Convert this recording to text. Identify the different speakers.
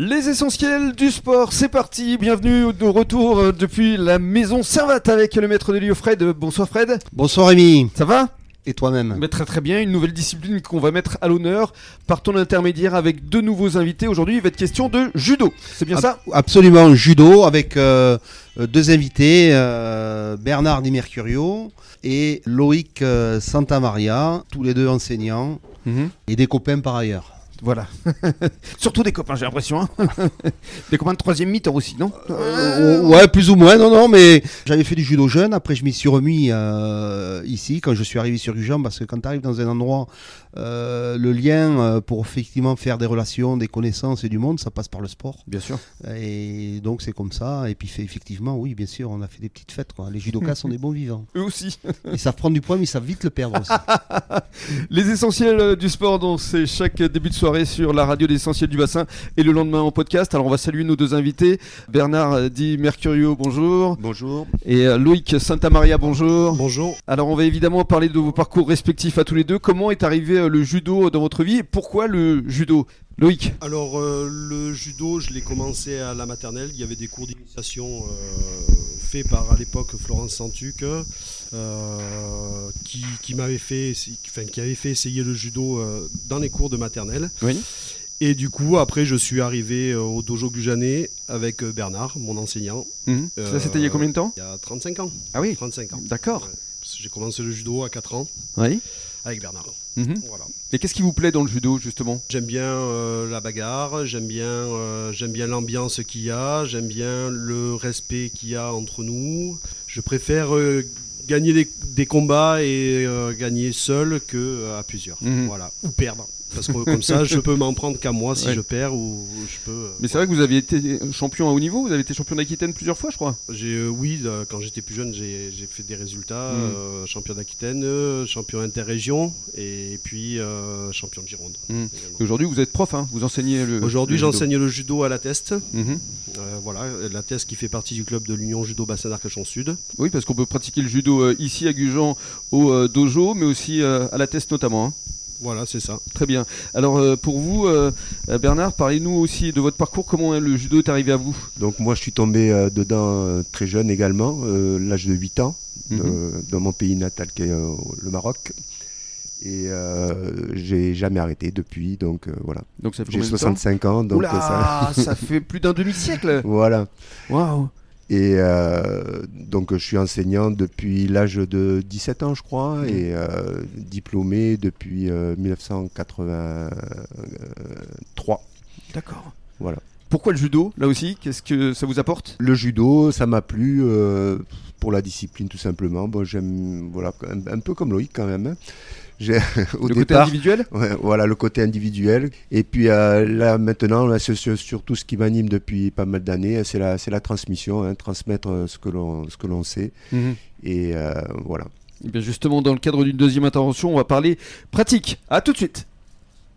Speaker 1: Les essentiels du sport, c'est parti. Bienvenue de retour euh, depuis la maison Servate avec le maître de lieu Fred. Bonsoir Fred.
Speaker 2: Bonsoir Rémi,
Speaker 1: Ça va
Speaker 2: et toi-même
Speaker 1: Mais Très très bien. Une nouvelle discipline qu'on va mettre à l'honneur par ton intermédiaire avec deux nouveaux invités. Aujourd'hui, il va être question de judo. C'est bien
Speaker 2: Ab-
Speaker 1: ça
Speaker 2: Absolument, judo avec euh, euh, deux invités, euh, Bernard Di Mercurio et Loïc euh, Santamaria, tous les deux enseignants
Speaker 1: mm-hmm.
Speaker 2: et des copains par ailleurs.
Speaker 1: Voilà. Surtout des copains, j'ai l'impression. hein. des copains de troisième mi-temps aussi, non
Speaker 2: Euh, ouais, plus ou moins, non, non, mais j'avais fait du judo jeune, après je m'y suis remis euh, ici, quand je suis arrivé sur Gujan, parce que quand tu arrives dans un endroit, euh, le lien euh, pour effectivement faire des relations, des connaissances et du monde, ça passe par le sport.
Speaker 1: Bien sûr.
Speaker 2: Et donc c'est comme ça. Et puis fait, effectivement, oui, bien sûr, on a fait des petites fêtes. Quoi. Les judokas sont des bons vivants.
Speaker 1: Eux aussi.
Speaker 2: Ils savent prendre du poids, mais ils savent vite le perdre aussi.
Speaker 1: Les essentiels euh, du sport, donc, c'est chaque début de soirée sur la radio des essentiels du bassin et le lendemain en podcast. Alors on va saluer nos deux invités. Bernard euh, Di Mercurio, bonjour.
Speaker 3: Bonjour.
Speaker 1: Et euh, Loïc Santamaria, bonjour.
Speaker 3: Bonjour.
Speaker 1: Alors on va évidemment parler de vos parcours respectifs à tous les deux. Comment est arrivé euh, le judo dans votre vie et pourquoi le judo Loïc
Speaker 3: Alors euh, le judo, je l'ai commencé à la maternelle. Il y avait des cours d'initiation euh, faits par à l'époque Florence Santuc, euh, qui, qui m'avait fait, qui- enfin, qui avait fait essayer le judo euh, dans les cours de maternelle.
Speaker 1: Oui.
Speaker 3: Et du coup, après, je suis arrivé euh, au dojo gujanais avec euh, Bernard, mon enseignant,
Speaker 1: Ça c'était il y a combien de temps
Speaker 3: il y a 35 ans.
Speaker 1: Mhm. Ah oui
Speaker 3: 35 ans.
Speaker 1: D'accord.
Speaker 3: Parce que J'ai commencé le judo à 4 ans
Speaker 1: Oui.
Speaker 3: avec Bernard.
Speaker 1: Mhm.
Speaker 3: Voilà.
Speaker 1: Et qu'est-ce qui vous plaît dans le judo justement
Speaker 3: J'aime bien euh, la bagarre, j'aime bien, euh, j'aime bien l'ambiance qu'il y a, j'aime bien le respect qu'il y a entre nous. Je préfère euh, gagner des, des combats et euh, gagner seul que euh, à plusieurs.
Speaker 1: Mhm.
Speaker 3: Voilà, ou perdre. Parce que comme ça, je peux m'en prendre qu'à moi si
Speaker 1: Ouais.
Speaker 3: je perds ou ou je peux. euh,
Speaker 1: Mais c'est vrai que vous aviez été champion à haut niveau, vous avez été champion d'Aquitaine plusieurs fois je crois.
Speaker 3: J'ai, euh, oui, euh, quand j'étais plus jeune, j'ai, j'ai fait des résultats.
Speaker 1: Mhm.
Speaker 3: euh, champion d'Aquitaine, euh, champion interrégion et puis euh, champion de Gironde.
Speaker 1: Mhm.
Speaker 3: également.
Speaker 1: Et Aujourd'hui, vous êtes prof, hein, vous enseignez le.
Speaker 3: Aujourd'hui,
Speaker 1: le judo.
Speaker 3: j'enseigne le judo à la test.
Speaker 1: Mhm.
Speaker 3: Euh, voilà, la thèse qui fait partie du club de l'Union Judo Bassin d'Arcachon Sud.
Speaker 1: Oui, parce qu'on peut pratiquer le judo euh, ici à Gujan au euh, dojo, mais aussi euh, à la test notamment. hein.
Speaker 3: Voilà, c'est ça.
Speaker 1: Très bien. Alors euh, pour vous, euh, euh, Bernard, parlez-nous aussi de votre parcours. Comment euh, le judo est arrivé à vous
Speaker 4: Donc moi je suis tombé euh, dedans euh, très jeune également, euh, l'âge de 8 ans,
Speaker 1: Mhm.
Speaker 4: euh, dans mon pays natal qui est euh, le Maroc. Et euh, j'ai jamais arrêté depuis, donc euh, voilà.
Speaker 1: Donc ça fait
Speaker 4: J'ai
Speaker 1: combien de temps
Speaker 4: 65 ans, donc euh, ça...
Speaker 1: Oula, ça... fait plus d'un demi-siècle.
Speaker 4: Voilà.
Speaker 1: Waouh.
Speaker 4: Et euh, donc je suis enseignant depuis l'âge de 17 ans je crois,
Speaker 1: Mhm.
Speaker 4: et euh, diplômé depuis euh, 1983.
Speaker 1: D'accord.
Speaker 4: Voilà.
Speaker 1: Pourquoi le judo là aussi Qu'est-ce que ça vous apporte
Speaker 4: Le judo, ça m'a plu euh, pour la discipline tout simplement. Bon, j'aime voilà un, un peu comme Loïc quand même. hein. J'ai- Au
Speaker 1: Le côté
Speaker 4: départ,
Speaker 1: individuel
Speaker 4: ouais, voilà le côté individuel. Et puis euh, là maintenant, là, c'est sur- surtout ce qui m'anime depuis pas mal d'années, c'est la c'est la transmission, hein, transmettre euh, ce que l'on ce que l'on sait.
Speaker 1: Mhm.
Speaker 4: Et euh, voilà.
Speaker 1: Eh bien justement, dans le cadre d'une deuxième intervention, on va parler pratique. À tout de suite.